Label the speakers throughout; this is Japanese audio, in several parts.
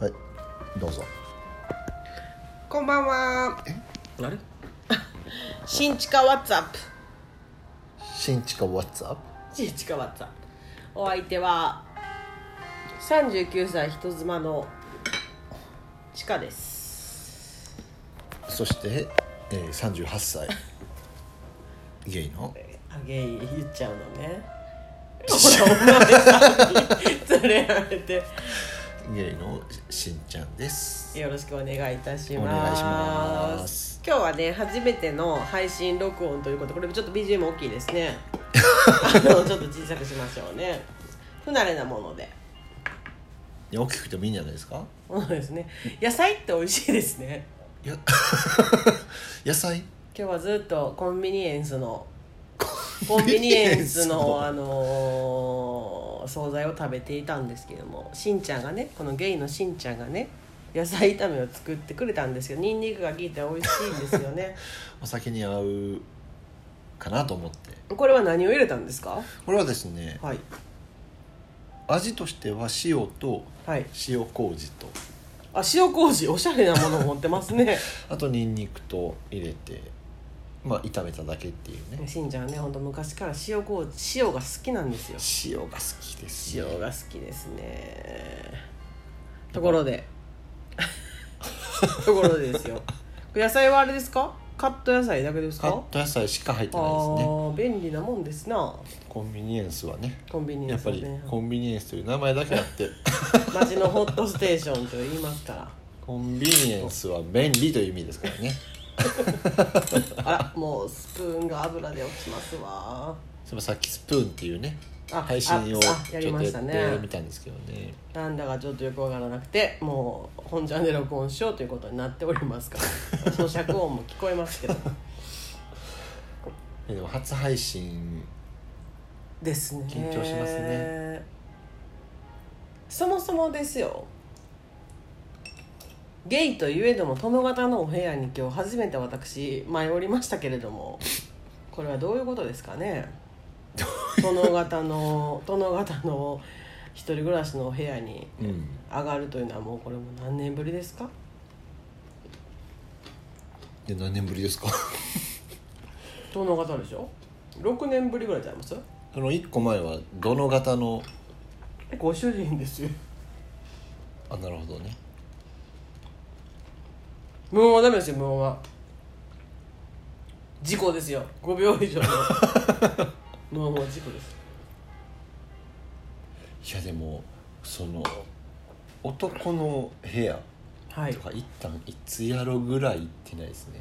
Speaker 1: はいどうぞ
Speaker 2: こんばんは
Speaker 3: あれ
Speaker 2: 新地下ワッツアップ
Speaker 1: 新地下 WhatsApp
Speaker 2: 新地下ワッツアップお相手は39歳人妻の地下です
Speaker 1: そして、えー、38歳ゲイの
Speaker 2: あげい言っちゃうのねほらお前さんにそれやめて
Speaker 1: ゲイのしんちゃんです
Speaker 2: よろしくお願いいたします
Speaker 1: お願いします
Speaker 2: 今日はね初めての配信録音ということこれちょっと BGM 大きいです ねあのちょっと小さくしましょうね不慣れなもので
Speaker 1: いや大きくてもいいんじゃないですか
Speaker 2: そうですね野菜って美味しいですね
Speaker 1: いや 野菜
Speaker 2: 今日はずっとコンビニエンスのコンビニエンスのあのー惣菜を食べていたんですけどもしんちゃんがねこのゲイのしんちゃんがね野菜炒めを作ってくれたんですよニンニクが効いて美味しいんですよね
Speaker 1: お酒に合うかなと思って
Speaker 2: これは何を入れたんですか
Speaker 1: これはですね
Speaker 2: はい
Speaker 1: 味としては塩と
Speaker 2: はい
Speaker 1: 塩麹と
Speaker 2: あ塩麹おしゃれなものを持ってますね
Speaker 1: あとニンニクと入れてまあ炒めただけっていうね
Speaker 2: しんちゃんはね本当昔から塩麹塩が好きなんですよ
Speaker 1: 塩が好きです、ね、
Speaker 2: 塩が好きですねところで ところでですよ野菜はあれですかカット野菜だけです
Speaker 1: カ
Speaker 2: か
Speaker 1: ット野菜しか入って
Speaker 2: あ
Speaker 1: ないですね
Speaker 2: ー便利なもんですな
Speaker 1: コンビニエンスはね
Speaker 2: コンビニ
Speaker 1: や
Speaker 2: で
Speaker 1: っ
Speaker 2: す
Speaker 1: ぱ
Speaker 2: よ
Speaker 1: り
Speaker 2: ね
Speaker 1: コンビニエンスという名前だけあって
Speaker 2: 街のホットステーションと言いますから
Speaker 1: コンビニエンスは便利という意味ですからね
Speaker 2: あらもうスプーンが油で落ちますわ
Speaker 1: それさっきスプーンっていうね
Speaker 2: あ
Speaker 1: 配信をちょ
Speaker 2: あ
Speaker 1: っ
Speaker 2: あ
Speaker 1: と
Speaker 2: やり
Speaker 1: やっ
Speaker 2: ま
Speaker 1: て
Speaker 2: したね
Speaker 1: みたんですけどね
Speaker 2: なんだかちょっとよくわからなくてもう本ちゃんで録音しようということになっておりますか ら咀嚼音も聞こえますけど
Speaker 1: でも初配信
Speaker 2: ですね
Speaker 1: 緊張しますね
Speaker 2: そもそもですよゲイといえども殿方のお部屋に今日初めて私舞い降りましたけれどもこれはどういうことですかね殿方の殿方の一人暮らしのお部屋に
Speaker 1: うん
Speaker 2: 上がるというのはもうこれも何年ぶりですか
Speaker 1: で何年ぶりですか
Speaker 2: 殿方でしょ6年ぶりぐらいちゃいます
Speaker 1: あの1個前はどの型の
Speaker 2: ご主人ですよ
Speaker 1: あなるほどね
Speaker 2: 無音はダメですよ無音は事故ですよ5秒以上 の無音は事故です
Speaker 1: いやでもその男の部屋
Speaker 2: はい
Speaker 1: とか一旦いつやろぐらい行ってないですね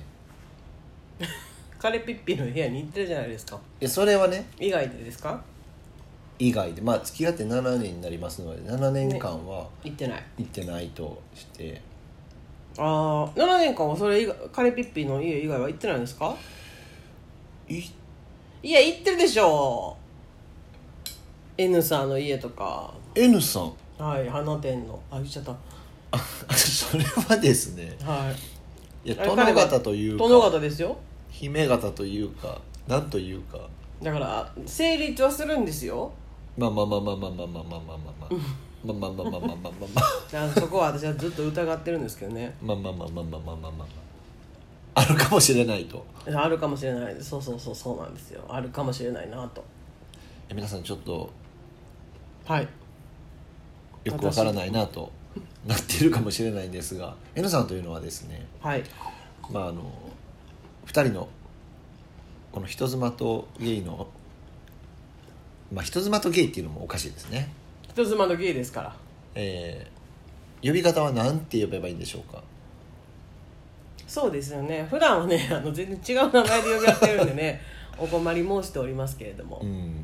Speaker 2: カレピッピの部屋に行ってるじゃないですか
Speaker 1: いやそれはね
Speaker 2: 以外でですか
Speaker 1: 以外でまあ付き合って7年になりますので7年間は
Speaker 2: 行ってない
Speaker 1: 行ってないとして、
Speaker 2: ああ7年間はそれ以外カレピッピの家以外は行ってないんですか
Speaker 1: い
Speaker 2: いや行ってるでしょう N さんの家とか
Speaker 1: N さん
Speaker 2: はい花店のあ言っちゃった
Speaker 1: あそれはですね
Speaker 2: はい
Speaker 1: いや
Speaker 2: あれ
Speaker 1: 殿
Speaker 2: 彼が
Speaker 1: 方という
Speaker 2: 殿
Speaker 1: か
Speaker 2: 方ですよ
Speaker 1: 姫方というかなんというか
Speaker 2: だから成立はするんですよ
Speaker 1: まあまあまあまあまあまあまあまあまあまあまあまあまあまあまあまあまあまあ
Speaker 2: だからそこは私はずっと疑ってるんですけどね
Speaker 1: まあまあまあまあまあまあまあまああるかもしれないと
Speaker 2: あるかもしれないそうそうそうそうなんですよあるかもしれないなと
Speaker 1: いや皆さんちょっと
Speaker 2: はい
Speaker 1: よくわからないなとなっているかもしれないんですが N さんというのはですね
Speaker 2: はい
Speaker 1: まああの二人のこの人妻とゲイのまあ人妻とゲイっていうのもおかしいですね
Speaker 2: 人妻のゲイですから
Speaker 1: えー呼び方は何て呼べばいいんでしょうか
Speaker 2: そうですよね普段はね あの全然違う名前で呼び合ってるんで ねお困り申しておりますけれども、
Speaker 1: うん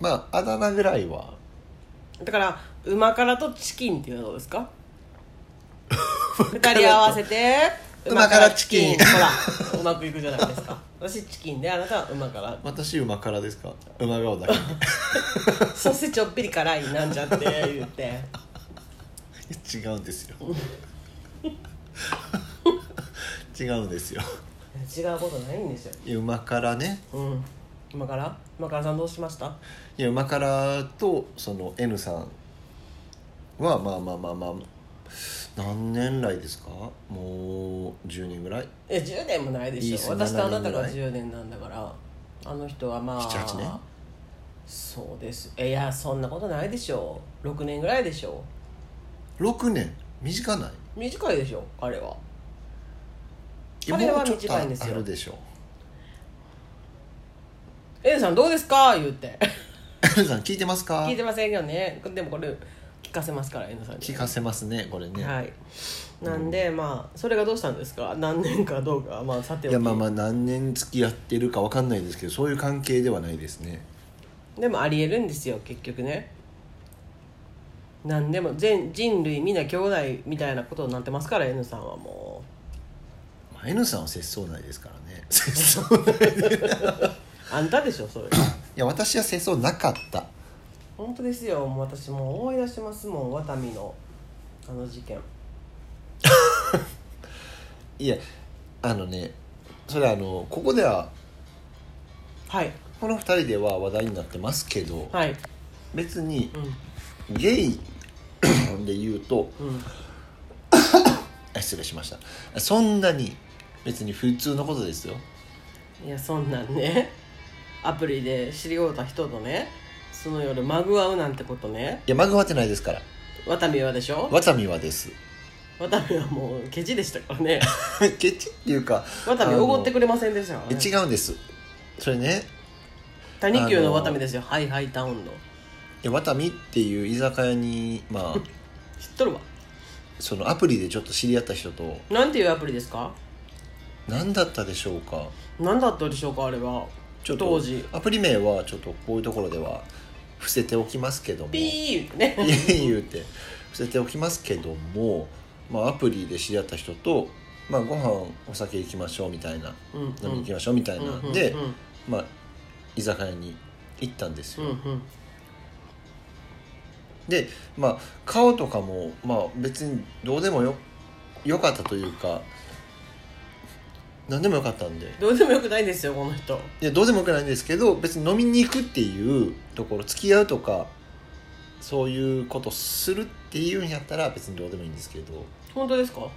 Speaker 1: まああだ名ぐらいは
Speaker 2: だから馬からとチキンっていうのはどうですか二人合わせて
Speaker 1: 馬からチキン
Speaker 2: 馬からチキンほらうまくいくじゃないですか私チキンであなたは馬 から
Speaker 1: 私馬からですか馬顔だけ
Speaker 2: そしてちょっぴり辛いなんちゃって言って
Speaker 1: 違うんですよ違うんですよ
Speaker 2: 違うことないんですよ
Speaker 1: いや馬からね
Speaker 2: うん今から今からさんどうしました
Speaker 1: いや馬からとその N さんはまあまあまあまあ何年来ですかもう10年ぐらい
Speaker 2: え10年もないで
Speaker 1: い
Speaker 2: し
Speaker 1: い
Speaker 2: ょ
Speaker 1: っすね
Speaker 2: 私とあなた
Speaker 1: 7
Speaker 2: が
Speaker 1: 年ぐら
Speaker 2: 10年なんだからあの人はまあ
Speaker 1: 78年
Speaker 2: そうですいやそんなことないでしょう6年ぐらいでしょ
Speaker 1: 6年短ないう
Speaker 2: 短いでしょ彼はい
Speaker 1: や
Speaker 2: 彼は
Speaker 1: もうちょっと
Speaker 2: 短いんですよ
Speaker 1: あるでしょ
Speaker 2: A さんどうですか?」言って
Speaker 1: N さん聞いてますか
Speaker 2: 聞いてませんよねでもこれ聞かせますから N さんに
Speaker 1: 聞かせますねこれね、
Speaker 2: はいなんで、まあそれがどうしたんですか何年かどうかまあさてお
Speaker 1: い、
Speaker 2: き
Speaker 1: やまあまあ何年付き合ってるかわかんないですけどそういう関係ではないですね
Speaker 2: でもありえるんですよ結局ね何でも全人類みんな兄弟みたいなことになってますから N さんはも
Speaker 1: まあ N さんは節操ないですからね 節操ないう
Speaker 2: あんたでしょそれ
Speaker 1: や私は節操なかった
Speaker 2: 本当ですよもう私もう思い出しますもんワタミのあの事件
Speaker 1: いやあのねそれはあのここでは
Speaker 2: はい
Speaker 1: この2人では話題になってますけど、
Speaker 2: はい
Speaker 1: 別に
Speaker 2: う
Speaker 1: ゲイで言うと
Speaker 2: んうん
Speaker 1: あ失礼しましたそんなに別に普通のことですよ
Speaker 2: いやそんなんねアプリで知り合うた人とねその夜まぐあうなんてことね
Speaker 1: いやまぐわってないですから
Speaker 2: ワタミはでしょ
Speaker 1: わたみはです
Speaker 2: ワタミはもうケチでしたからね
Speaker 1: ケチっていうか
Speaker 2: ワタミおごってく
Speaker 1: れ
Speaker 2: れませんでしたから、ね、
Speaker 1: 違うんですそれね
Speaker 2: 他人級のワタミですよ、ハイハイタウンの
Speaker 1: いやわたみっていう居酒屋にまあ
Speaker 2: 知っとるわ
Speaker 1: そのアプリでちょっと知り合った人と
Speaker 2: なんていうアプリですか
Speaker 1: 何だったでしょうか
Speaker 2: 何だったでしょうかあれは
Speaker 1: ちょっと
Speaker 2: 当時
Speaker 1: アプリ名はちょっとこういうところでは伏せておきますけども
Speaker 2: ピーね
Speaker 1: いや 言うて伏せておきますけども、まあ、アプリで知り合った人と、まあ、ご飯お酒行きましょうみたいな
Speaker 2: うんうん
Speaker 1: 飲み行きましょうみたいな、
Speaker 2: うん
Speaker 1: で
Speaker 2: う、ん
Speaker 1: まあ、居酒屋に行ったんです
Speaker 2: う
Speaker 1: よ、
Speaker 2: んうん
Speaker 1: で、まあ、顔とかも、まあ、別にどうでもよよかったというか何でもよかったんで
Speaker 2: どうでもよくないですよこの人
Speaker 1: いやどうでもよくないんですけど別に飲みに行くっていうところ付き合うとかそういうことするっていうんやったら別にどうでもいいんですけど。
Speaker 2: 本当ですか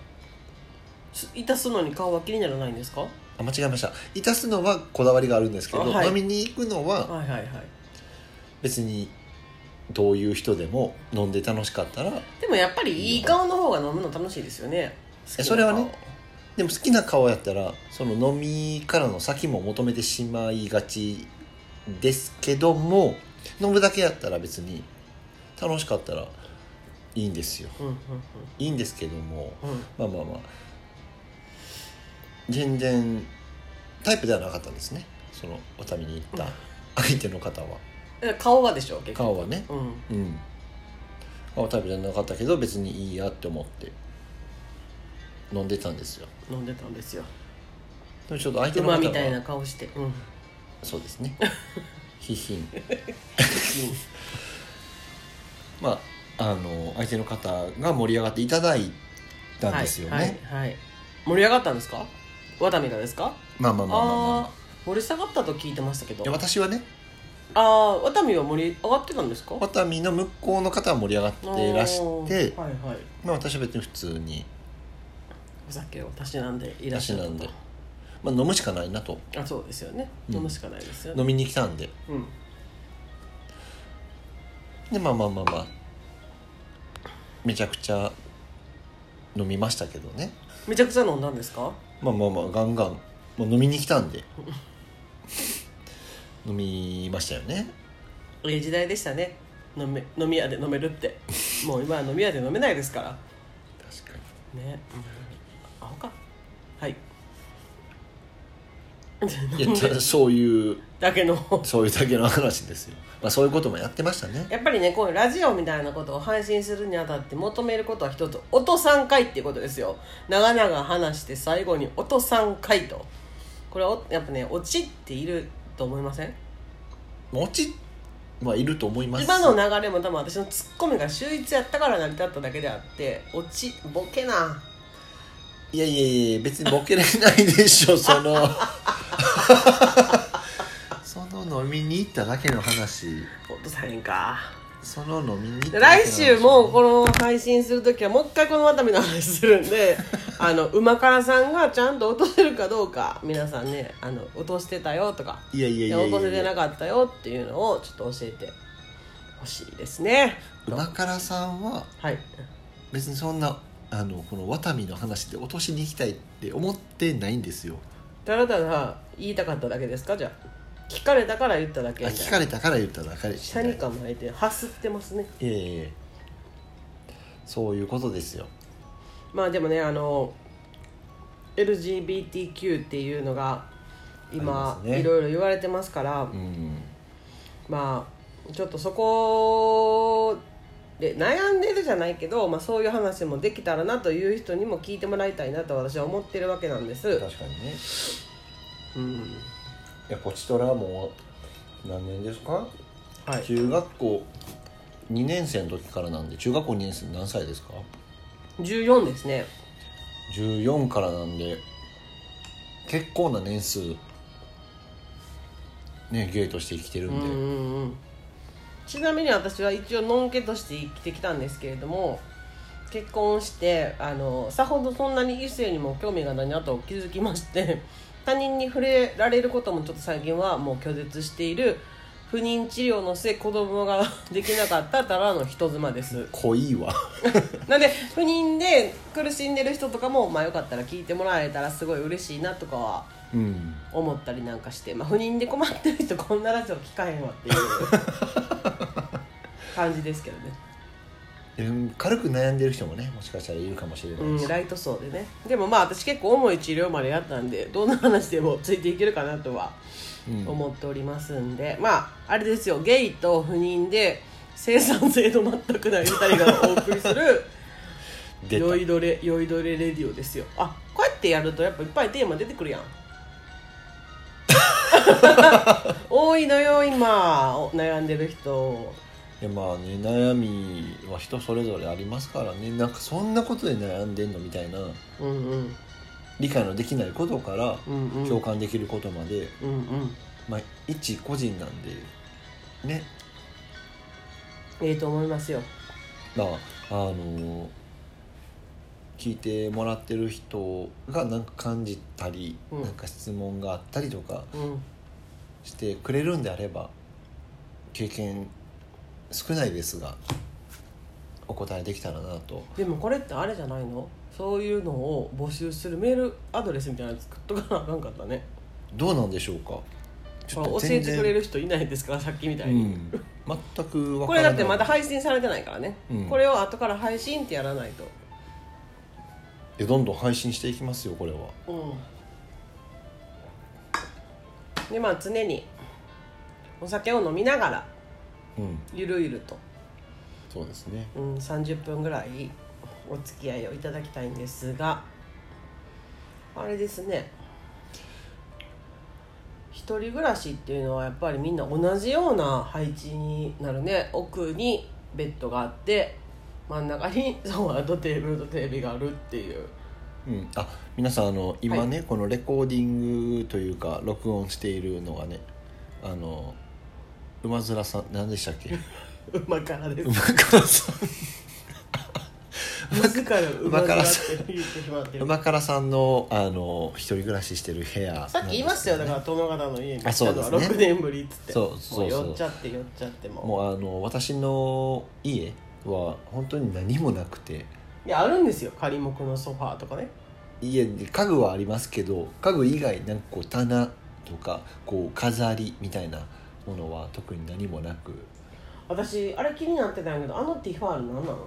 Speaker 2: すいたすのに顔は気にならないんですかは
Speaker 1: あ間違えましたいたすのはこだわりがあるんですけど、
Speaker 2: あはい
Speaker 1: 飲みに行くの
Speaker 2: い
Speaker 1: は
Speaker 2: はいはい
Speaker 1: 別にどういう人でも飲んで楽しかったら
Speaker 2: でもやっぱりいい顔の方が飲むの楽しいですよね
Speaker 1: えそれはねでも好きな顔やったらその飲みからの先も求めてしまいがちですけども飲むだけやったら別に楽しかったらいいんですよ
Speaker 2: うんうん
Speaker 1: いいんですけども
Speaker 2: うんうん
Speaker 1: まあまあまあ全然タイプではなかったんですねそのおたみに行った相手の方は。
Speaker 2: え顔がでしょ結局
Speaker 1: 顔はね
Speaker 2: うん
Speaker 1: うん顔タイプじゃなかったけど別にいいやって思って飲んでたんですよ
Speaker 2: 飲んでたんですよ
Speaker 1: でもちょっと相手の方
Speaker 2: 馬
Speaker 1: が
Speaker 2: みたいな顔してうん
Speaker 1: そうです ねひひんまああの相手の方が盛り上がっていただいたんですよね、
Speaker 2: はいはい、はい、盛り上がったんですかワタミがですか
Speaker 1: まあまあまあまあまあ、
Speaker 2: あ
Speaker 1: ま
Speaker 2: ー盛り下がったと聞いてましたけ
Speaker 1: あ、
Speaker 2: ど
Speaker 1: で私はね
Speaker 2: ああワタミは盛り上がってたんですか
Speaker 1: 熱海の向こうの方は盛り上がってらし
Speaker 2: お
Speaker 1: て
Speaker 2: ーはいはい
Speaker 1: まあ、私は別に普通に
Speaker 2: お酒をたしなんでいら
Speaker 1: ら
Speaker 2: っ
Speaker 1: し
Speaker 2: しゃ
Speaker 1: な
Speaker 2: る
Speaker 1: んで、まあ、飲むしかないなと
Speaker 2: あそうですよね
Speaker 1: うん
Speaker 2: 飲むしかないですよね
Speaker 1: 飲みに来たんで
Speaker 2: うん
Speaker 1: でまあまあまあまあめちゃくちゃ飲みましたけどね
Speaker 2: めちゃくちゃ飲んだんですか
Speaker 1: まあまあまあガンガンもう飲みに来たんで 飲みましたよね
Speaker 2: ええ時代でしたね飲め飲み屋で飲めるって もう今は飲み屋で飲めないですから
Speaker 1: 確か
Speaker 2: ねうんアホかはい
Speaker 1: いやたそういう
Speaker 2: だけの
Speaker 1: そういうだけの話ですよ、まあ、そういうこともやってましたね
Speaker 2: やっぱりねこういうラジオみたいなことを配信するにあたって求めることは一つ音3回っていうことですよ長々話して最後に音3回とこれはおやっぱね落ちっていると思いません
Speaker 1: もちはいると思います
Speaker 2: 今の流れも多分私のツッコミが秀逸やったから成り立っただけであって落ちボケない
Speaker 1: やいやいや別にボケれないでし ょそのその飲みに行っただけの話
Speaker 2: 音3か
Speaker 1: その飲みに行って
Speaker 2: 来週もこの配信する時はもう一回この熱海の話するん であの馬からさんがちゃんと落とせるかどうか皆さんねあの落としてたよとか
Speaker 1: いやいやいやいやいや
Speaker 2: 落とせてなかったよっていうのをちょっと教えてほしいですね
Speaker 1: 馬からさんは
Speaker 2: はい
Speaker 1: 別にそんなあのこのワタミの話で落としに行きたいって思ってないんですよ
Speaker 2: ただただ言いたかっただけですかじゃあ聞かれたから言っただ
Speaker 1: あ
Speaker 2: け
Speaker 1: 聞かれたから言っただけで
Speaker 2: 下に構えてはすってますね
Speaker 1: いやいやいやそういうことですよ
Speaker 2: まあでもねあの LGBTQ っていうのが
Speaker 1: あ
Speaker 2: 今、
Speaker 1: りますね
Speaker 2: いろいろ言われてますから、
Speaker 1: うん
Speaker 2: まあちょっとそこで悩んでるじゃないけど、まあ、そういう話もできたらなという人にも聞いてもらいたいなと私は思ってるわけなんです、
Speaker 1: 確かにね
Speaker 2: うん、
Speaker 1: いやこちとらはもう何年ですか
Speaker 2: はい
Speaker 1: 中学校2年生の時からなんで中学校2年生何歳ですか
Speaker 2: 14ですね
Speaker 1: 14からなんで結構な年数ねゲイとして生きてる
Speaker 2: うん
Speaker 1: んで、
Speaker 2: うんうんちなみに私は一応のんけとして生きてきたんですけれども結婚してあのさほどそんなに異性にも興味がないなと気づきまして 他人に触れられることもちょっと最近はもう拒絶している不妊治療の末子供ができなかったたらの人妻です
Speaker 1: 濃いわ
Speaker 2: なんで不妊で苦しんでる人とかも、まあ、よかったら聞いてもらえたらすごい嬉しいなとかは
Speaker 1: うん
Speaker 2: 思ったりなんかして、まあ、不妊で困ってる人こんなラジオ聞かへんわ っていう感じですけどね、
Speaker 1: うん軽く悩んでる人もねもしかしたらいるかもしれな
Speaker 2: う
Speaker 1: い
Speaker 2: ん、
Speaker 1: し、
Speaker 2: ライト層でねでもまあ私結構重い治療までやったんでどんな話でもついていけるかなとは
Speaker 1: うん
Speaker 2: 思っておりますんで、まああれですよゲイと不妊で生産性の全くない2人がお送りする
Speaker 1: 出た
Speaker 2: 酔いどれ酔いどれレディオですよあこうやってやるとやっぱいっぱいテーマ出てく るやん多いのよ今お悩んでる人
Speaker 1: いやまあね悩みは人それぞれありますからねなんかそんなことで悩んでんのみたいな
Speaker 2: うんうん
Speaker 1: 理解のできないことから
Speaker 2: うんうん
Speaker 1: 共感できることまで、
Speaker 2: うんうん
Speaker 1: まあ一個人なんでね
Speaker 2: ええと思いますよ
Speaker 1: まああの聞いてもらってる人がなんか感じたり、
Speaker 2: うん
Speaker 1: なんか質問があったりとか
Speaker 2: うん
Speaker 1: してくれるんであれば経験少ないですがお答えできたらなと
Speaker 2: でもこれってあれじゃないのそういうのを募集するメールアドレスみたいなの作っとかなあかんかったね
Speaker 1: どうなんでしょうかち
Speaker 2: これ教えてくれる人いないですからさっきみた
Speaker 1: う
Speaker 2: いに、
Speaker 1: ん、全くわ
Speaker 2: こ
Speaker 1: か
Speaker 2: れ
Speaker 1: らな
Speaker 2: だ
Speaker 1: い
Speaker 2: ってまだ配信されてないからね、
Speaker 1: うん
Speaker 2: これを後から配信ってやらないと
Speaker 1: えどんどん配信していきますよこれは
Speaker 2: でまあ常にお酒を飲みながら
Speaker 1: うん
Speaker 2: ゆるゆると、
Speaker 1: そうですね
Speaker 2: うん、30分ぐらいお付き合いをいただきたいんですがあれですね一人暮らしっていうのはやっぱりみんな同じような配置になるね奥にベッドがあって真ん中にソファーとテーブルとテレビがあるっていう
Speaker 1: うん、あ皆さんあの今ね、このレコーディングというか録音しているのがねあの馬面さん何でしたっ け
Speaker 2: 馬からです
Speaker 1: 馬からさ
Speaker 2: 自ら
Speaker 1: 馬
Speaker 2: 馬か
Speaker 1: からら
Speaker 2: っ
Speaker 1: さ
Speaker 2: て言ってしまって
Speaker 1: ん
Speaker 2: る
Speaker 1: 馬からさんのあの一人暮らししてる部屋
Speaker 2: さっき言いましたよだから殿方の家に来たのは
Speaker 1: あそうですね
Speaker 2: 6年ぶりっつって
Speaker 1: そうそうそう
Speaker 2: もう酔っちゃって酔っちゃっても
Speaker 1: もうあの私の家は本当に何もなくて
Speaker 2: いやあるんですよ仮木のソファーとかね
Speaker 1: 家に家具はありますけど家具以外なんかこう棚とかこう飾りみたいなものは特に何もなく
Speaker 2: 私あれ気になってたんやけどあのティファール何なの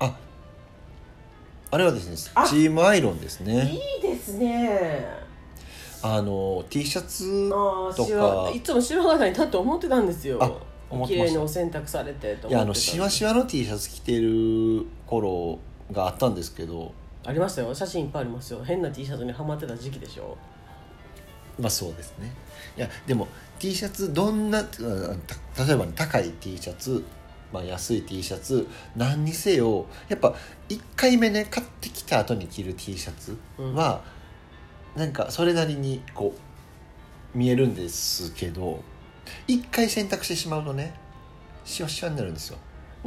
Speaker 1: ああれはですね
Speaker 2: あ
Speaker 1: チームアイロンですね
Speaker 2: いいですね
Speaker 1: あの T シャツ
Speaker 2: ああ
Speaker 1: と
Speaker 2: シワ
Speaker 1: か
Speaker 2: いつもシワがないなって思ってたんですよ
Speaker 1: あ思っ
Speaker 2: 綺
Speaker 1: てまし
Speaker 2: 麗に
Speaker 1: た
Speaker 2: お洗濯されてと思ってた
Speaker 1: いやあのしわしわの T シャツ着てる頃があったんですけど
Speaker 2: ありましたよ写真いっぱいありますよ変な T シャツにはまってた時期でしょ
Speaker 1: まあそうですねいやでも T シャツどんなあた例えばね、高い T シャツ、まあ、安い T シャツ何にせよやっぱ1回目ね買ってきた後に着る T シャツは、なんかそれなりにこう見えるんですけど1回洗濯してしまうとねシワシワになるんですよ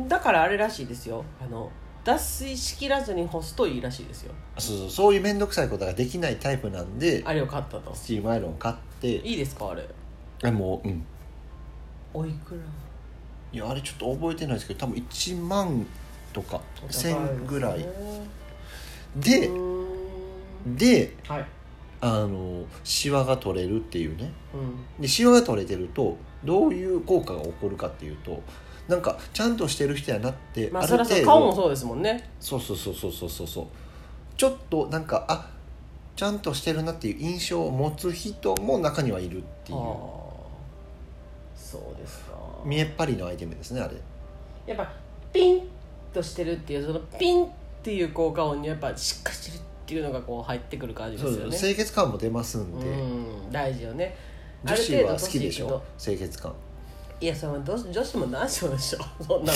Speaker 2: だからあれらしいですよあの脱水しきらずに干すといいらしいですよ
Speaker 1: あそうそうそういう面倒くさいことができないタイプなんで
Speaker 2: あれを買ったと
Speaker 1: スチームアイロンを買って
Speaker 2: いいですかあれ
Speaker 1: あもううん
Speaker 2: おいくら
Speaker 1: いやあれちょっと覚えてないですけど多分1万とか1000ぐらい
Speaker 2: で
Speaker 1: でで
Speaker 2: はい、
Speaker 1: あのシワが取れるっていうね
Speaker 2: うん、
Speaker 1: でシワが取れてるとどういう効果が起こるかっていうとなんかちゃんとしてる人やなって、
Speaker 2: まあ
Speaker 1: る
Speaker 2: それはそう顔もそうですもんね
Speaker 1: そうそうそうそうそうそうそうちょっとなんかあちゃんとしてるなっていう印象を持つ人も中にはいるってい
Speaker 2: あ
Speaker 1: う
Speaker 2: ーそうですか
Speaker 1: 見えっ張りのアイテムですねあれ
Speaker 2: やっぱピンとしてるっていうそのピンっていう効果音にやっぱしっかりしてるっていうのがこう入ってくる感じ
Speaker 1: そ
Speaker 2: で
Speaker 1: う
Speaker 2: す
Speaker 1: そ
Speaker 2: よ
Speaker 1: う
Speaker 2: ね
Speaker 1: 清潔感も出ますんで、
Speaker 2: うん大事よね
Speaker 1: 女子は好きでし
Speaker 2: ある程度
Speaker 1: ょ清潔感
Speaker 2: いやそれは女女子も男子もでしょそんな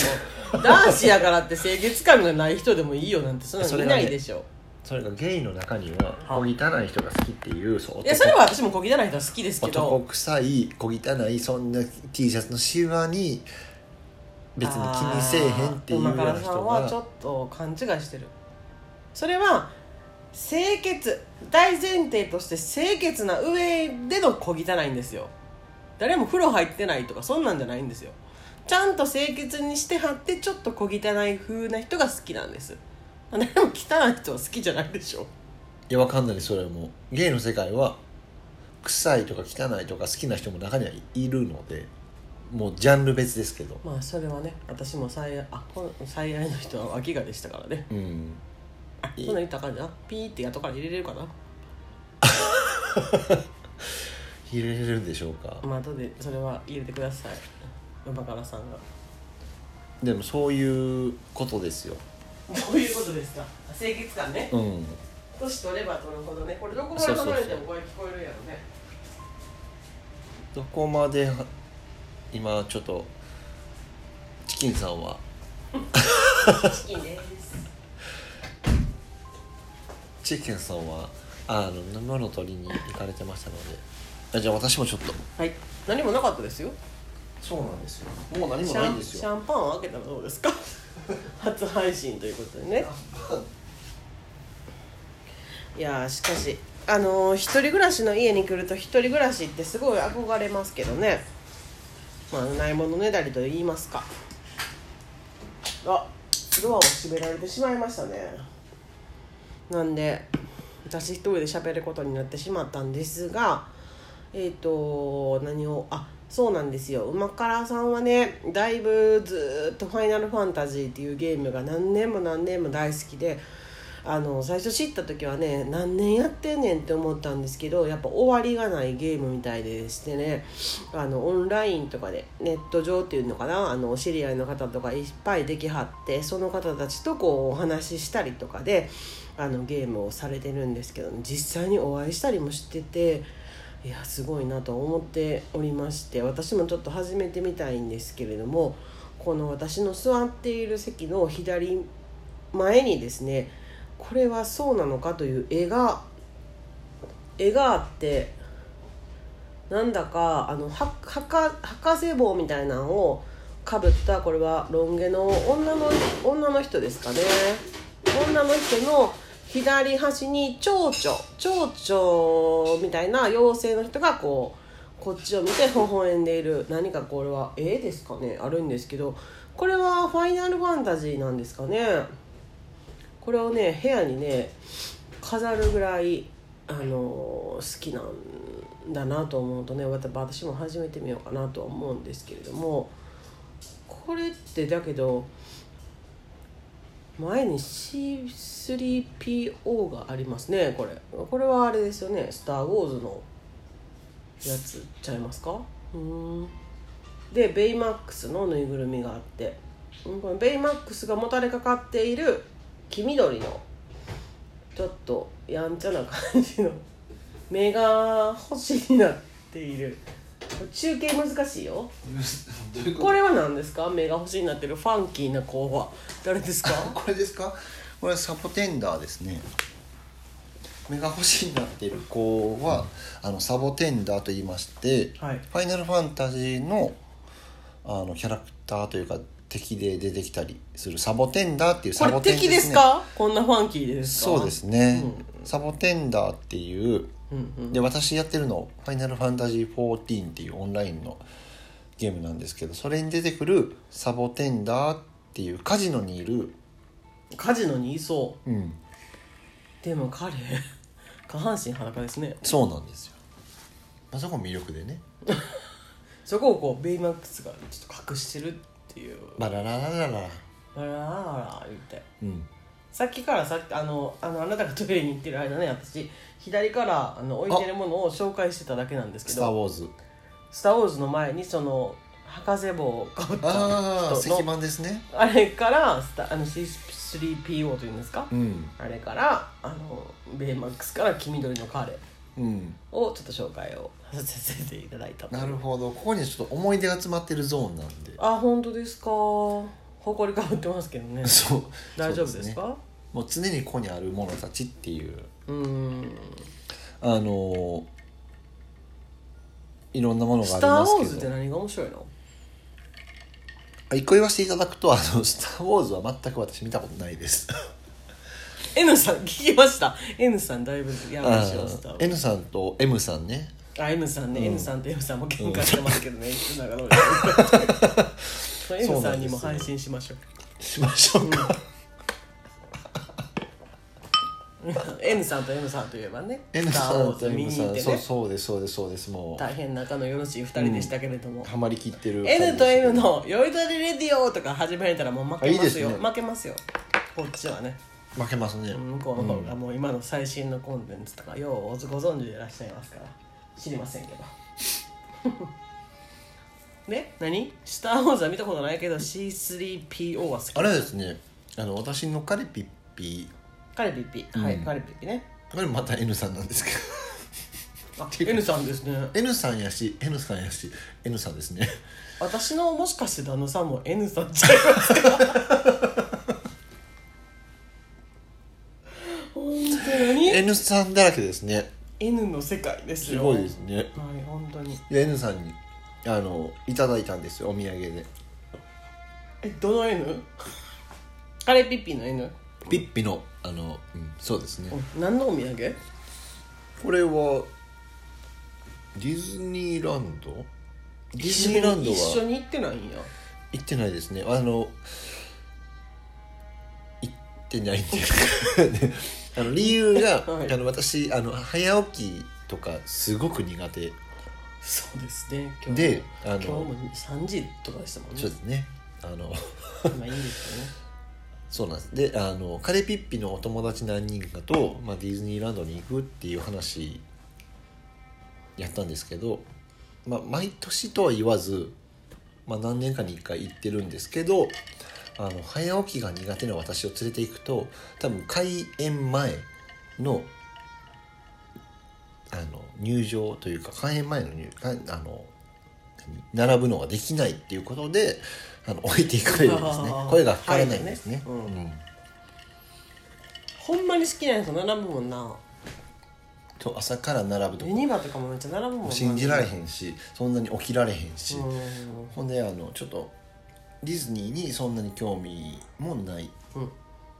Speaker 2: もん男子やからって清潔感がない人でもいいよなんてそんな
Speaker 1: そ
Speaker 2: の
Speaker 1: れ
Speaker 2: い
Speaker 1: がね
Speaker 2: ないでしょ、
Speaker 1: それがゲイの中には小汚い人が好きっていうそう
Speaker 2: いやそれは私も小汚い人は好きですけ
Speaker 1: 男
Speaker 2: ど
Speaker 1: 臭い小汚いそんな T シャツのシワに別に気にせえへんっていうよう
Speaker 2: 馬
Speaker 1: な
Speaker 2: からさ
Speaker 1: 人
Speaker 2: んはちょ
Speaker 1: が
Speaker 2: っと勘違いしてるそれは清潔大前提として清潔な上での小汚いんですよ誰も風呂入ってないとかそんなんじゃないんですよちゃんと清潔にしてはってちょっと小汚い風な人が好きなんです誰も汚い人は好きじゃないでしょ
Speaker 1: いやわかんないそれはもうゲイの世界は臭いとか汚いとか好きな人も中にはいるのでもうジャンル別ですけど
Speaker 2: まあそれはね私も最愛あこの最愛の人は脇がでしたからね
Speaker 1: うん
Speaker 2: あそんなん言ったらあかんじゃんピーって後から入れれるかな
Speaker 1: 入れれるんでしょうか
Speaker 2: まあ後でそれは入れてください馬からさんが
Speaker 1: でもそういうことですよ
Speaker 2: どういうことですか清潔感ね
Speaker 1: うん
Speaker 2: 年取れば取るほどねこれどこ
Speaker 1: から離れても
Speaker 2: 声聞こえるやろね
Speaker 1: どこまでは今ちょっとチキンさんは
Speaker 2: チキンです
Speaker 1: チキンさんはあの沼の鳥に行かれてましたのであじゃあ私もちょっと
Speaker 2: はい何もなかったですよ
Speaker 1: そうなんですよもう何
Speaker 2: シャンシャンパンを開けたらどうですか 初配信ということでねいやーしかしあのー一人暮らしの家に来ると一人暮らしってすごい憧れますけどねまあないものねだりと言いますかあドアを閉められてしまいましたねなんで私一人で喋ることになってしまったんですがえっ、と何をあそうなんですよ馬からさんはねだいぶずーっと「ファイナルファンタジー」っていうゲームが何年も何年も大好きであの最初知った時はね何年やってんねんって思ったんですけどやっぱ終わりがないゲームみたいでしてねあのオンラインとかでネット上っていうのかなあのお知り合いの方とかいっぱいできはってその方たちとこうお話ししたりとかであのゲームをされてるんですけど実際にお会いしたりもしてて。いやすごいなと思っておりまして私もちょっと始めてみたいんですけれどもこの私の座っている席の左前にですねこれはそうなのかという絵が絵があってなんだかあのははか博士帽みたいなのをかぶったこれはロン毛の女の女の人ですかね女の人の左端に蝶々蝶々みたいな妖精の人がこうこっちを見て微笑んでいる何かこれは絵ですかねあるんですけどこれは「ファイナルファンタジー」なんですかねこれをね部屋にね飾るぐらい、あのー好きなんだなと思うとねまた私も始めてみようかなとは思うんですけれどもこれってだけど前に C3PO がありますねこれこれはあれですよね「スター・ウォーズ」のやつちゃいますかうーんでベイマックスのぬいぐるみがあってうんこのベイマックスがもたれかかっている黄緑のちょっとやんちゃな感じの目が星になっている中継難しいよ
Speaker 1: どういう
Speaker 2: これは何ですか目が星になってるファンキーな子は誰ですか
Speaker 1: これですかこれはサポテンダーですね目が星になってる子は、あのサボテンダーと言いまして、
Speaker 2: はい
Speaker 1: ファイナルファンタジーのあのキャラクターというか敵で出てきたりするサボテンダーっていう
Speaker 2: こ
Speaker 1: サ
Speaker 2: れ
Speaker 1: ボテン
Speaker 2: 敵ですかこんなファンキーですか
Speaker 1: そうですね、
Speaker 2: う
Speaker 1: サボテンダーっていう
Speaker 2: うんうん
Speaker 1: で私やってるの「ファイナルファンタジー14」っていうオンラインのゲームなんですけどそれに出てくるサボテンダーっていうカジノにいる、
Speaker 2: カジノにいそ
Speaker 1: うん、
Speaker 2: うでも彼下半身裸ですね
Speaker 1: そうなんですよ、まあ、そこも魅力でね
Speaker 2: そこをこうベイマックスがちょっと隠してるっていう
Speaker 1: バラララララ
Speaker 2: あらあらあら言って
Speaker 1: うん
Speaker 2: さっきからさっきあのあのあなたがトイレに行ってる間ね私左からあの置いてるものを紹介してただけなんで
Speaker 1: 「
Speaker 2: すけ
Speaker 1: スター・
Speaker 2: ど
Speaker 1: ウォーズ
Speaker 2: 「スター・ウォーズ」の前にその博士帽をかぶっ」た
Speaker 1: ああ石
Speaker 2: 人の
Speaker 1: 板ですね
Speaker 2: あれからスタあの C3PO というんですか、
Speaker 1: うん
Speaker 2: あれからあのベイマックスから黄緑の彼
Speaker 1: うん
Speaker 2: をちょっと紹介をさせていただいたと
Speaker 1: なるほどここにちょっと思い出が詰まってるゾーンなんで
Speaker 2: あ本当ですかほこりかぶってますけど ね
Speaker 1: そう
Speaker 2: 大丈夫
Speaker 1: そう
Speaker 2: です
Speaker 1: ね
Speaker 2: か
Speaker 1: もう常にここにあるものたちっていう
Speaker 2: う,、ん
Speaker 1: あのーいろんなもの
Speaker 2: 「
Speaker 1: があ
Speaker 2: ス
Speaker 1: り
Speaker 2: ター・
Speaker 1: ま
Speaker 2: ウォー
Speaker 1: す
Speaker 2: ズ」っ
Speaker 1: け
Speaker 2: て
Speaker 1: ど
Speaker 2: 何が面白いの
Speaker 1: あ一個言わせていただくと「あのスター・ウォーズ」は全く私見たことないです
Speaker 2: N さん聞きました N さんだいぶやばいしました
Speaker 1: あー N さんと M さんね
Speaker 2: あ M さんね、
Speaker 1: うん
Speaker 2: M さんと M さんも喧嘩してますけどね、いつながら俺 そう M さんにも配信しましょう
Speaker 1: しましょうか、
Speaker 2: N さんと M さんといえばね
Speaker 1: N さん
Speaker 2: スターウォーズ
Speaker 1: と
Speaker 2: 見
Speaker 1: M
Speaker 2: に
Speaker 1: さ
Speaker 2: 行っ
Speaker 1: ん
Speaker 2: て
Speaker 1: そう
Speaker 2: ね
Speaker 1: そうですそうですそうですもう
Speaker 2: 大変仲のよろしい二人でしたけれども、
Speaker 1: ハマりきってる
Speaker 2: N と M
Speaker 1: 感
Speaker 2: の「酔いどりレディオ」とか始めたらもう負
Speaker 1: あい
Speaker 2: け
Speaker 1: い
Speaker 2: ま
Speaker 1: ですす
Speaker 2: よ
Speaker 1: ね
Speaker 2: 負けますよこっちはね
Speaker 1: じですけど負けますね、
Speaker 2: 向こうの方がもう今の最新のコンテンツとかようご存知でいらっしゃいますから知りませんけど ね何スター・ウォーズは見たことないけど C3PO は好き
Speaker 1: あれはですねあの私のカレピッピ
Speaker 2: カレピッピ、はい
Speaker 1: うん
Speaker 2: カレピッピね
Speaker 1: これまた N さんなんですけど
Speaker 2: あ N さんですね
Speaker 1: N さんやし N さんやし N さんですね
Speaker 2: 私のもしかして旦那さんも N さんちゃいますか本当に
Speaker 1: N さんだらけですね
Speaker 2: N の世界です
Speaker 1: す
Speaker 2: よ
Speaker 1: ごいですね
Speaker 2: はい本当に
Speaker 1: いや N さんにあのいただいたんですよお土産で
Speaker 2: えどの N? カレーピッピの N?
Speaker 1: ピッピのあの、うん、そうですね
Speaker 2: 何のお土産
Speaker 1: これはディズニーランドディズニーランド
Speaker 2: 一緒
Speaker 1: は
Speaker 2: に行ってないんや
Speaker 1: 行ってないですねあの行ってないって いうかあの理由 が、
Speaker 2: はい
Speaker 1: あの私あの早起きとかすごく苦手
Speaker 2: そうですね今日
Speaker 1: であ
Speaker 2: 今日も
Speaker 1: の
Speaker 2: 3時とかでしたもんね
Speaker 1: そうですねあの
Speaker 2: まあいいですよね
Speaker 1: そうなんですであのカレピッピのお友達何人かと、まあ、ディズニーランドに行くっていう話やったんですけど、まあ、毎年とは言わず、まあ、何年かに1回行ってるんですけどあの早起きが苦手な私を連れて行くと多分開園前のあの入場というか開園前の入ああの何並ぶのができないっていうことであの置いていかれるんですね
Speaker 2: あー
Speaker 1: 声がかからないんですね。
Speaker 2: はいねうん
Speaker 1: うん
Speaker 2: ほんまに好きな人並ぶもんな
Speaker 1: と朝から並ぶと
Speaker 2: ユ
Speaker 1: こ
Speaker 2: ニバとかもめっちゃ並ぶもんな
Speaker 1: 信じられへんしそんなに起きられへんし、
Speaker 2: うん
Speaker 1: ほんであのちょっとディズニーにそんなに興味もない
Speaker 2: う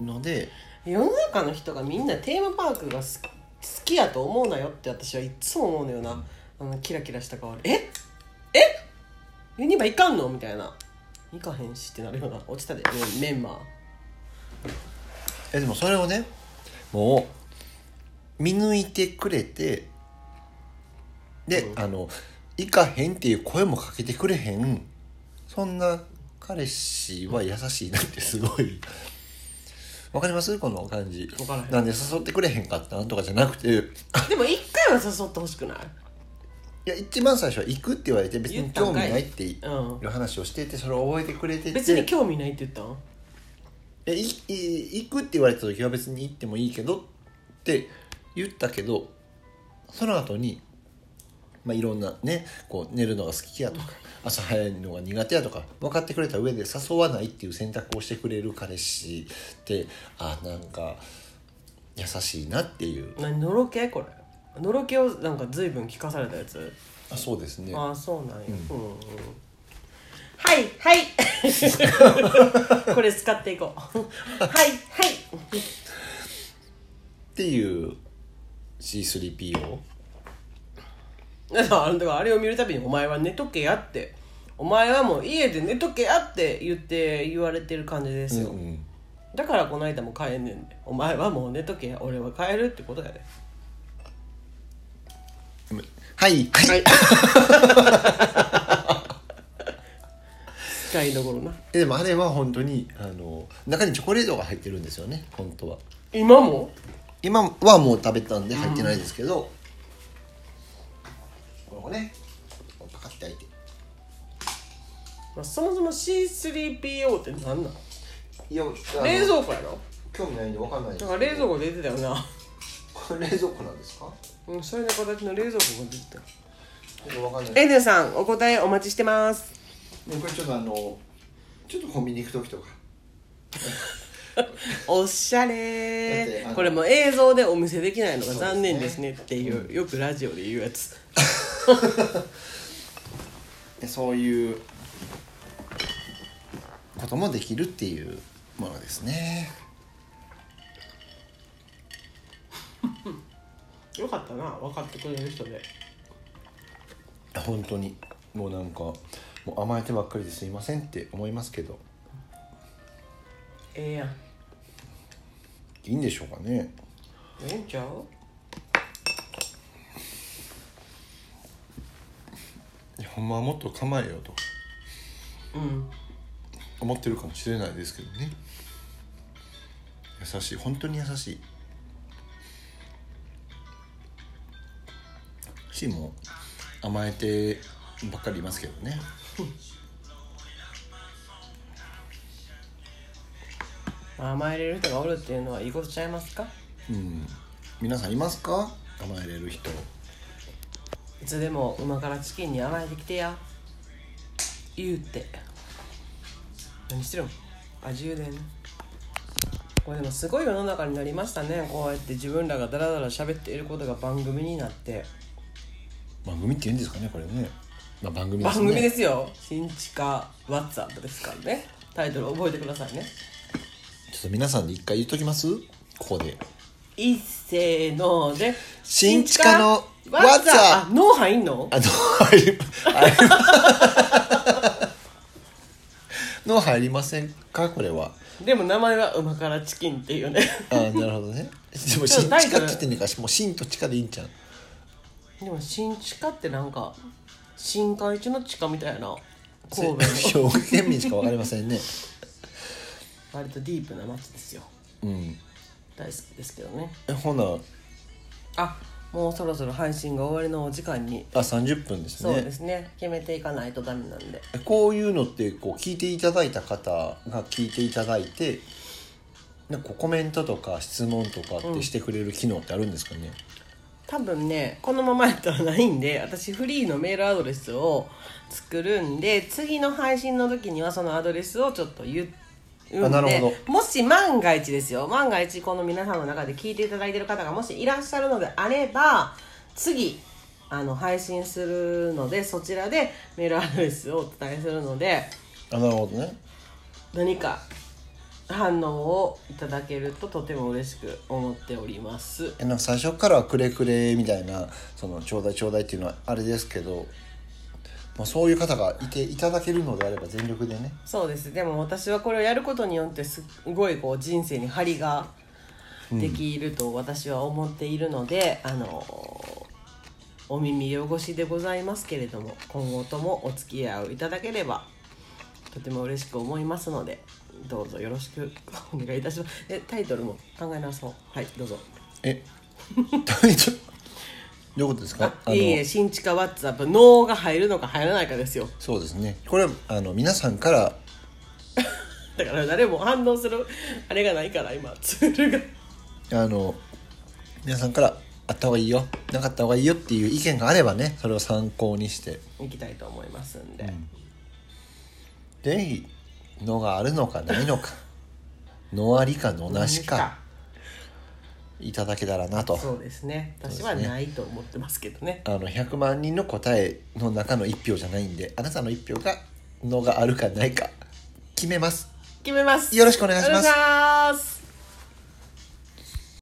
Speaker 2: ん
Speaker 1: ので
Speaker 2: 世の中の人がみんなテーマパークがす好きやと思うなよって私はいっつも思うのよな、あのキラキラした顔で「ええユニバ行かんの?」みたいな「行かへんし」ってなるような落ちたでメンマ
Speaker 1: えでもそれをねもう見抜いてくれてで、
Speaker 2: うん
Speaker 1: あの行かへんっていう声もかけてくれへんそんな彼氏は優しいなってすごいわかりますこの感じ
Speaker 2: わからへん
Speaker 1: なんで誘ってくれへんかったんとかじゃなくて
Speaker 2: ーでも一回は誘ってほしくない
Speaker 1: いや一番最初は行くって言われ て別
Speaker 2: 言
Speaker 1: に
Speaker 2: ったん
Speaker 1: 興味
Speaker 2: かい
Speaker 1: ないっていう
Speaker 2: うん
Speaker 1: 話をしててそれを覚えてくれてて
Speaker 2: 別に興味ないって言ったん
Speaker 1: いやいい行くって言われた時は別に行ってもいいけどって言ったけどその後にまあいろんなねこう寝るのが好きやとか朝早いのが苦手やとか分かってくれた上で誘わないっていう選択をしてくれる彼氏ってあなんか優しいなっていう
Speaker 2: 何のろけこれのろけをなんか随分聞かされたやつ
Speaker 1: あそうですね
Speaker 2: ああそうなんや、うんうんはいはいこれ使ってい こう はいはい
Speaker 1: ていう C3PO
Speaker 2: だからあのだからあれを見るたびに「お前は寝とけや」って「お前はもう家で寝とけや」って言って言われてる感じですよ、
Speaker 1: うん
Speaker 2: だからこの間も帰んねんで「お前はもう寝とけや俺は帰る」ってことやで、
Speaker 1: はいはい
Speaker 2: い 使いどころな
Speaker 1: えでもあれは本当にあの中にチョコレートが入ってるんですよね本当は
Speaker 2: 今も
Speaker 1: 今はもう食べたんで入ってないですけど、これをねパカッて開いて
Speaker 2: まあそもそも C3PO って何なの
Speaker 1: いや
Speaker 2: 冷蔵庫やろ
Speaker 1: 興味ないんでわかんないです
Speaker 2: だから冷蔵庫出てたよな
Speaker 1: これ冷蔵庫なんですか
Speaker 2: うんそれの形の冷蔵庫が出てたよ
Speaker 1: ちょっとわかんない
Speaker 2: エンデンさんお答えお待ちしてます
Speaker 1: ねこれちょっとあのちょっとコンビニ行く時とか
Speaker 2: おしゃ
Speaker 1: だって
Speaker 2: れ
Speaker 1: あの
Speaker 2: これも映像でお見せできないのが
Speaker 1: そうですね
Speaker 2: 残念ですねっていうよくラジオで言うやつ
Speaker 1: でそういうこともできるっていうものですね
Speaker 2: よかったな分かってくれる人で
Speaker 1: 本当にもうなんかもう甘えてばっかりですいませんって思いますけど
Speaker 2: ええやん
Speaker 1: いいんでしょうかね
Speaker 2: ええんちゃう
Speaker 1: いやほんまはもっと構えようと
Speaker 2: うん
Speaker 1: 思ってるかもしれないですけどね優しい本当に優しいしも甘えてばっかりいますけどね
Speaker 2: 甘えれる人がおるっていうのはいいことちゃいますか
Speaker 1: うん皆さんいますか甘えれる人
Speaker 2: いつでも馬からチキンに甘えてきてや言うて何してるんあ自由だよねこれでもすごい世の中になりましたねこうやって自分らがダラダラ喋っていることが番組になって
Speaker 1: 番組って言うんですかねこれね、まあ、番組
Speaker 2: 番組ですすよ新地下 WhatsApp ですからねタイトル覚えてくださいね
Speaker 1: ちょっと皆さんで一回言っときますここで
Speaker 2: いっせーので
Speaker 1: 新地下の
Speaker 2: WhatsApp あ
Speaker 1: WhatsApp
Speaker 2: 脳入んの
Speaker 1: あの入りあれの入りませんかこれは
Speaker 2: でも名前は馬からチキンっていうね
Speaker 1: あーなるほどねでも
Speaker 2: ち
Speaker 1: 新
Speaker 2: ょっとタイ
Speaker 1: 地下
Speaker 2: ト
Speaker 1: って
Speaker 2: ル
Speaker 1: 言ってんねんからもう新と地下でいいんちゃう
Speaker 2: でも新地下ってなんか深海地の地下みたいな神戸の
Speaker 1: 表現民しかわかりませんね
Speaker 2: 割とディープな街ですよ
Speaker 1: うん
Speaker 2: 大好きですけどね
Speaker 1: えほな
Speaker 2: あもうそろそろ配信が終わりのお時間に
Speaker 1: あ30分です
Speaker 2: そうで
Speaker 1: ね
Speaker 2: すね決めていかないとダメなんで
Speaker 1: えこういうのってこう聞いていただいた方が聞いていただいてなんかこうコメントとか質問とかってしてくれる機能ってあるんですかね、
Speaker 2: 多分ねこのままやったらないんで私フリーのメールアドレスを作るんで次の配信の時にはそのアドレスをちょっと言うん
Speaker 1: あなる
Speaker 2: で
Speaker 1: ほ
Speaker 2: もし万が一ですよ万が一この皆さんの中で聞いていただいてる方がもしいらっしゃるのであれば次あの配信するのでそちらでメールアドレスをお伝えするので
Speaker 1: あなるほどね
Speaker 2: 何か反応をいただけるととても嬉しく思っております。
Speaker 1: えなんか最初からはくれくれみたいなそのちょうだいちょうだいっていうのはあれですけど、まあ、そういう方がいていただけるのであれば全力でね
Speaker 2: そうですでも私はこれをやることによってすごいこう人生に張りができると私は思っているので、あのお耳汚しでございますけれども今後ともお付き合いをいただければとても嬉しく思いますのでどうぞよろしくお願いいたしますえタイトルも考え直そうはいどうぞ
Speaker 1: え大丈夫どういうことですか
Speaker 2: あいえいえ新地下ワッツアップ脳が入るのか入らないかですよ
Speaker 1: そうですねこれはあの皆さんから
Speaker 2: だから誰も反応するあれがないから今ツールが。
Speaker 1: あの皆さんからあった方がいいよなかった方がいいよっていう意見があればねそれを参考にして
Speaker 2: 行きたいと思いますんで、
Speaker 1: ぜひのがあるのかない のかのありかのなしかいただけたらなと
Speaker 2: そうですね私は
Speaker 1: そうですね
Speaker 2: ないと思ってますけどね
Speaker 1: あの100万人の答えの中の1票じゃないんであなたの1票がのがあるかないか決めます
Speaker 2: 決めます
Speaker 1: よろしくお願いします
Speaker 2: お願いします